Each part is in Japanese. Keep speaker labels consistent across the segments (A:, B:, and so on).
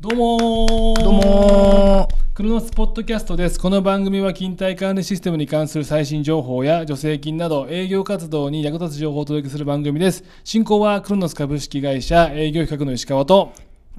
A: どうもー
B: どうも
A: クロノスポッドキャストですこの番組は勤怠管理システムに関する最新情報や助成金など営業活動に役立つ情報をお届けする番組です進行はクロノス株式会社営業企画の石川と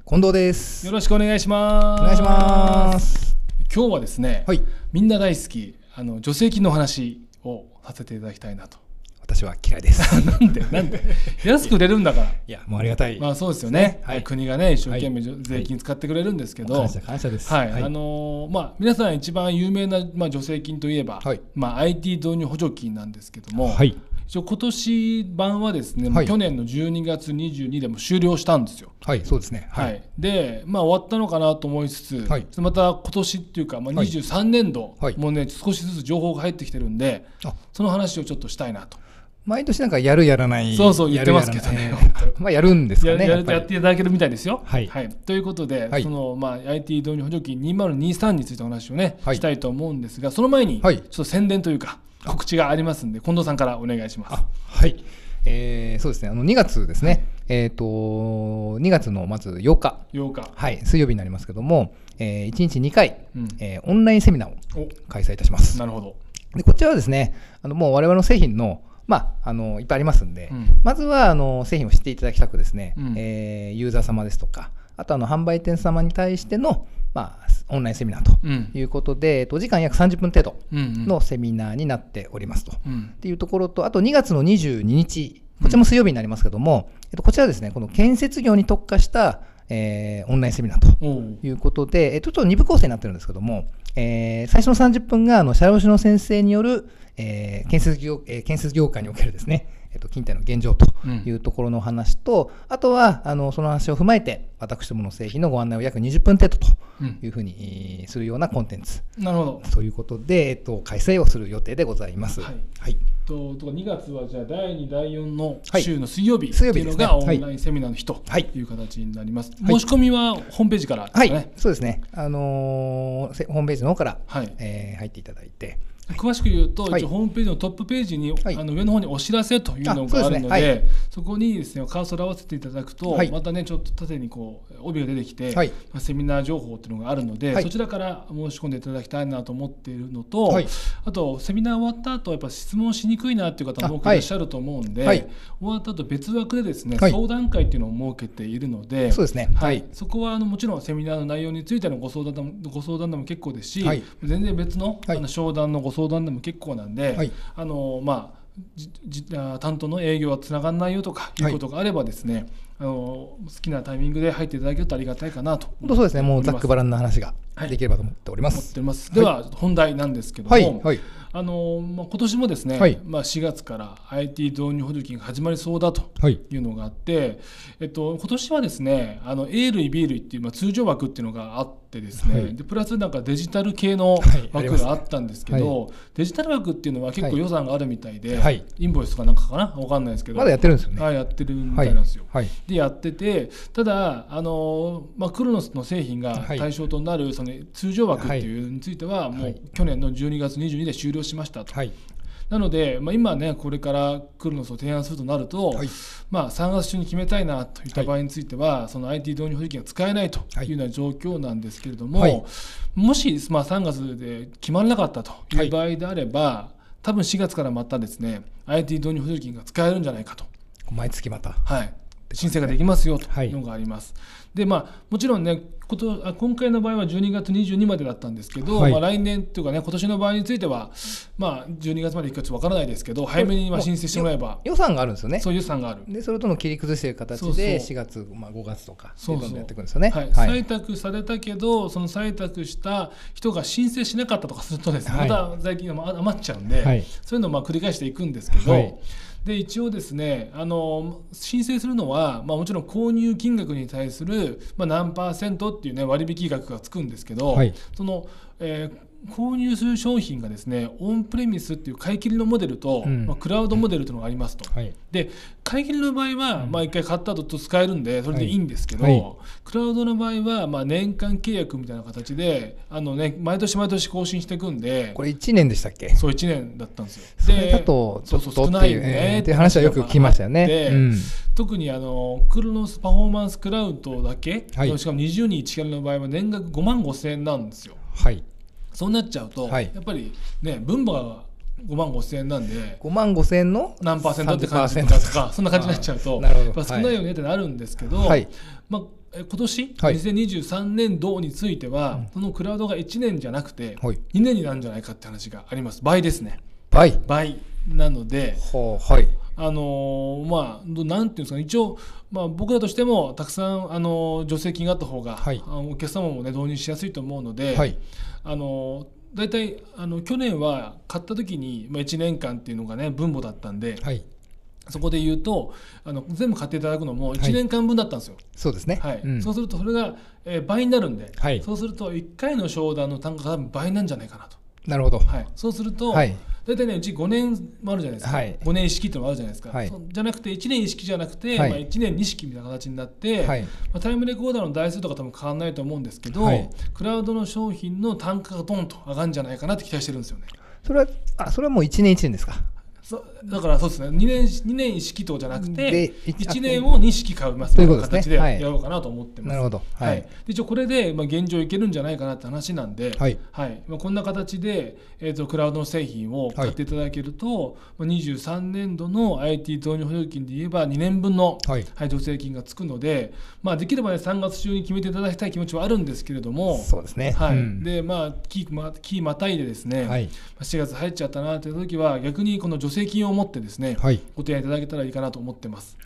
B: 近藤です
A: よ。ろしくお願いします
B: お願いします。
A: 今日はですね、
B: はい、
A: みんな大好きあの助成金の話をさせていただきたいなと
B: 私は嫌いです。
A: なんでなんで安く売れるんだから
B: いや、もうありがたい。
A: まあそうですよね、
B: はい
A: 国がね一生懸命税金使ってくれるんですけど、
B: 感謝感謝です。
A: はい、あのーまあ、皆さん一番有名な、まあ、助成金といえば、
B: はい
A: まあ、IT 導入補助金なんですけども、
B: はい
A: 一応今年版はですね、もう
B: はい
A: 去年の12月22でもう終了したんですよ。
B: はい、そうですね。
A: は
B: はいい、
A: で、まあ、終わったのかなと思いつつ、
B: はい
A: ちょっとまた今年っていうか、まあ、
B: はい
A: 23年度、
B: はい
A: もうね少しずつ情報が入ってきてるんで
B: あ、
A: その話をちょっとしたいなと。
B: 毎年なんかやるやらない。
A: そうそう言ってます
B: やるやらない
A: けどね本
B: まあやるんです
A: や
B: かね。
A: や
B: やっ
A: る
B: ぱり
A: やっていただけるみたいですよ。
B: はい
A: ということで、
B: はい
A: そのまあ、IT 導入補助金2023についてお話をね、
B: はい
A: したいと思うんですが、その前に、
B: はい
A: ちょっと宣伝というか、告知がありますんで、近藤さんからお願いします
B: あ。はい、えーそうですね。あの2月ですね。えっ、と2月のまず8日、
A: 8日、
B: はい、水曜日になりますけども、えー、1日2回、
A: うん
B: えーオンラインセミナーを
A: お
B: 開催いたします。
A: なるほど。
B: でこちらはですねあのもう我々の製品のまあ、あのいっぱいありますんで、
A: うん
B: まずはあの製品を知っていただきたくですね、
A: うん
B: えーユーザー様ですとかあとあの販売店様に対しての、まあ、オンラインセミナーと
A: うん
B: いうことで、えっとお時間約30分程度
A: うんうん
B: のセミナーになっておりますと。っ
A: うん
B: ていうところとあと2月の22日こちらも水曜日になりますけども、えっとこちらはですねこの建設業に特化した、えーオンラインセミナーと
A: おう
B: ということで、えっと、ちょっと2部構成になってるんですけども、えー最初の30分があの社労士の先生による、えー建設業えー建設業界におけるですね、えっと、勤怠の現状というところの話と、あとはあのその話を踏まえて私どもの製品のご案内を約20分程度と
A: うん
B: いうふうにえーするようなコンテンツ
A: なるほど。
B: ということで、えっと、開催をする予定でございます。
A: はい
B: はい
A: とと2月はじゃあ第2、第4の
B: はい
A: 週の水曜日と
B: 水曜
A: いう
B: 日で
A: の
B: すね
A: がオンラインセミナーの日と
B: はい
A: いう形になります。
B: は
A: 申
B: い
A: し込みはホームページからですか
B: はい
A: ね。
B: そうですね、あのーせホームページの方から、
A: はい
B: えー入っていただいて、
A: 詳しく言うと、
B: はい
A: 一応ホームページのトップページに、
B: はい
A: あの上の方にお知らせというの
B: あそう
A: があ
B: で
A: る
B: す
A: のでそ
B: ねは
A: こにですねカーソルを合わせていただくと、
B: はい
A: またねちょっと縦にこう帯が出てきて、
B: はい
A: まあセミナー情報っていうのがあるので、
B: はい
A: そちらから申し込んでいただきたいなと思っているのと、
B: はい
A: あとセミナー終わった後やっぱ質問しにくいなっていう方も多くい
B: あは
A: ら
B: い
A: っしゃると思うんで、
B: はい
A: 終わった後別枠でですね、
B: はい
A: 相談会っていうのを設けているので。
B: そうですね、
A: はい、そこはあのもちろんセミナーの内容についてのご相談でもご相談でも結構ですし、
B: はい
A: 全然別の,、
B: はい
A: あの商談のご相談でも結構なんで、
B: はい
A: あのまあじじあ担当の営業はつながらないよとかいうことがあればですね、あの好きなタイミングで入っていただけるとありがたいかなと
B: 本当そうですね、もうざっくば
A: ら
B: らんな話が
A: はい
B: できればと思っておりま
A: 思っ
B: す。
A: ております。では、本題なんですけども、
B: はい、はい、
A: あのまあ、今年もですね、
B: はい
A: まあ、4月から IT 導入補助金が始まりそうだと
B: はい、
A: いうのがあって、えっと、今年はですねあの A 類 B 類っていう、まあ、通常枠っていうのがあってですね、
B: はい
A: でプラスなんかデジタル系の
B: はいあり
A: 枠
B: ますね
A: があったんですけど、デジタル枠っていうのは結構
B: はい
A: 予算があるみたいで、
B: はい
A: インボイスとかなんかかな分かんないですけど
B: まだやってるんですよね。
A: はいやってるみ
B: は
A: た
B: い、
A: いなんですよ。
B: はい、
A: でやっててただあの、まあ、クロノスの製品が
B: はい
A: 対象となる、その通常枠っていうについては、も
B: は
A: う
B: い
A: 去年の12月22で終了しましたと、
B: はい、
A: なので、まあ、今ねこれからクロノスを提案するとなると、
B: はい
A: まあ、3月中に決めたいなといった場合については、その IT 導入補助金が使えないと
B: は
A: い
B: い
A: うような状況なんですけれども、
B: はい
A: もし、まあ、3月で決まらなかったという場合であれば、多分4月からまたですね IT 導入補助金が使えるんじゃないかと。
B: 毎月また。
A: はい、申請ができますよと
B: はい
A: いうのがあります。でまあ、もちろんねことあ今回の場合は12月22までだったんですけど、
B: はい
A: まあ、来年というかね今年の場合については、まあ、12月までいくかちょっとわからないですけど早めにまあ申請してもらえば
B: 予算があるんですよね。
A: そういう予算がある。
B: で、それとの切り崩している形
A: そうそう
B: で、4月、まあ、5月とか、
A: そうそう
B: どんどんやっていくんですよね。
A: はい
B: はい、
A: 採択されたけどその採択した人が申請しなかったとかするとですね、
B: はい
A: また財金がま余っちゃうんで、
B: はい
A: そういうのをまあ繰り返していくんですけど、
B: はい
A: で一応ですねあの申請するのは、まあ、もちろん購入金額に対する、まあ、何パーセントっていう、ね、割引額がつくんですけど、
B: はい
A: その、えー購入する商品がですねオンプレミスっていう買い切りのモデルと、
B: うん
A: まあ、クラウドモデルというのがありますと、
B: はい。
A: で買い切りの場合は、
B: うん
A: まあ、1回買った後と使えるんでそれでいいんですけど、
B: はいはい
A: クラウドの場合は、まあ、年間契約みたいな形であの、ね、毎年毎年更新していくんで
B: これ1年でしたっけ
A: そう1年だったんですよ。
B: それだと、ち
A: そ
B: ょ
A: う
B: っ
A: そう
B: と
A: 少
B: っ
A: な
B: て
A: い
B: い
A: よ
B: う
A: ね
B: えーって話はよく聞きましたよね
A: で。
B: うん
A: 特にあのクロノスパフォーマンスクラウドだけ、
B: はい
A: しかも20人1キャリの場合は年額5万5千円なんですよ。
B: はい。
A: そうなっちゃうと、
B: はい
A: やっぱりね分母が5万5千円なんで
B: 5万5千円の
A: 何パーセントって感じ
B: 30%
A: だとかそんな感じになっちゃうと
B: あーなるほど
A: やっぱ少ないよねってなるんですけど、
B: はい
A: まあ、え今年、
B: はい
A: 2023年度については、そのクラウドが1年じゃなくて、
B: はい
A: 2年になるんじゃないかって話があります倍ですね
B: はい。
A: 倍なので。
B: ほうはい。
A: あのーまあどなんていうんですかね一応、まあ、僕らとしてもたくさん、あのー助成金があった方が、
B: はい
A: あのお客様も、ね、導入しやすいと思うので、
B: はい。
A: あの大体あの去年は買った時に、まあ、1年間っていうのがね分母だったんで、
B: はい。
A: そこで言うとあの全部買っていただくのも
B: い
A: 1年間分だったんですよ、
B: そうですね。
A: はい
B: うん
A: そうするとそれが、えー倍になるんで、
B: はい
A: そうすると1回の商談の単価が多分倍なんじゃないかなと、
B: なるほど。
A: はい、そうすると、
B: はい
A: 大体ねうち5年もあるじゃないですか、
B: はい
A: 5年意識っていうのもあるじゃないですか、
B: はい
A: そうじゃなくて1年意識じゃなくて、
B: はい
A: まあ、1年2式みたいな形になって、
B: はい。
A: まあ、タイムレコーダーの台数とか多分変わらないと思うんですけど、
B: はい
A: クラウドの商品の単価がドンと上がるんじゃないかなって期待してるんですよね。
B: それは、あ、それはもう1年1年ですか。
A: そだからそうですね2年二年一式等じゃなくて
B: で
A: 1年を2式買います
B: と
A: み
B: いう
A: たいな
B: ことです
A: 形
B: ね
A: で
B: はい
A: やろうかなと思ってます。
B: なるほど。
A: は
B: はいい。
A: で一応これで、まあ、現状いけるんじゃないかなって話なんで、
B: はい
A: まあ、こんな形で、えー、とクラウドの製品を買っていただけると、まあ、23年度の IT 導入補助金で言えば2年分の、
B: はい
A: はい、助成金がつくので、まあ、できれば、ね、3月中に決めていただきたい気持ちはあるんですけれども。
B: そうですね。
A: はい
B: うん
A: でまあ、キーまキーまたいでですね、
B: はい。
A: まあ4月入っちゃったなという時は逆にこの助成金を持ってですね、
B: はい。
A: ご提案いただけたらいいかなと思ってます。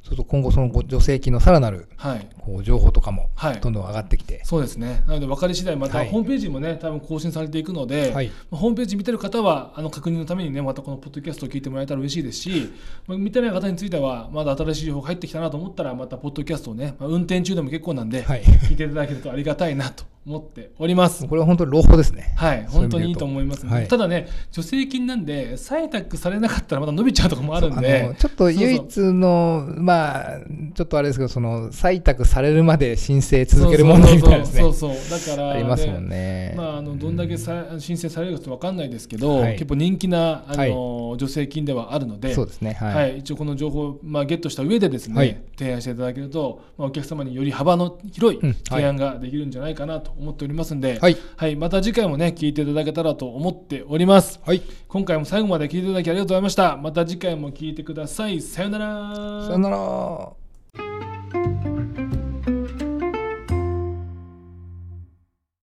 B: そうすると今後、そのご助成金のさらなる
A: はい
B: こう情報とかも
A: はい
B: どんどん上がってきて、
A: そうですねなので分かり次第また
B: はい
A: ホームページもね、多分更新されていくので、
B: はい
A: まあホームページ見てる方はあの確認のためにねまたこのポッドキャストを聞いてもらえたら嬉しいですし、まあ見てない方についてはまだ新しい情報が入ってきたなと思ったらまたポッドキャストをね、まあ運転中でも結構なんで、
B: はい
A: 聞いていただけるとありがたいなと思っております。
B: これは本当に朗報ですね。
A: はい、
B: そういう
A: 本
B: 意味で
A: 当にいい
B: 言
A: うと
B: と
A: 思います、
B: はい
A: ただね、助成金なんで、採択されなかったらまた伸びちゃうところもあるん
B: あ
A: で
B: の、ちょっと唯
A: そう
B: 一のまあちょっとあれですけどその採択されるまで申請続ける問題みたいなですね
A: そうそうそうそうだから、
B: ありますもんね。
A: まあ、あのどんだけさ、申請されるかちょっと分かんないですけど、
B: はい
A: 結構人気なあの、助成金ではあるので
B: そうですね。
A: はい
B: はい。
A: 一応この情報を、まあ、ゲットした上でですね、
B: はい
A: 提案していただけると、まあ、お客様により幅の広い
B: うんはい
A: 提案ができるんじゃないかなと思っておりますんで、
B: はい
A: また次回もね聞いていただけたらと思っております
B: はい。
A: 今回も最後まで聞いていただきありがとうございましたまた次回も聞いてくださいさようなら
B: さよなら。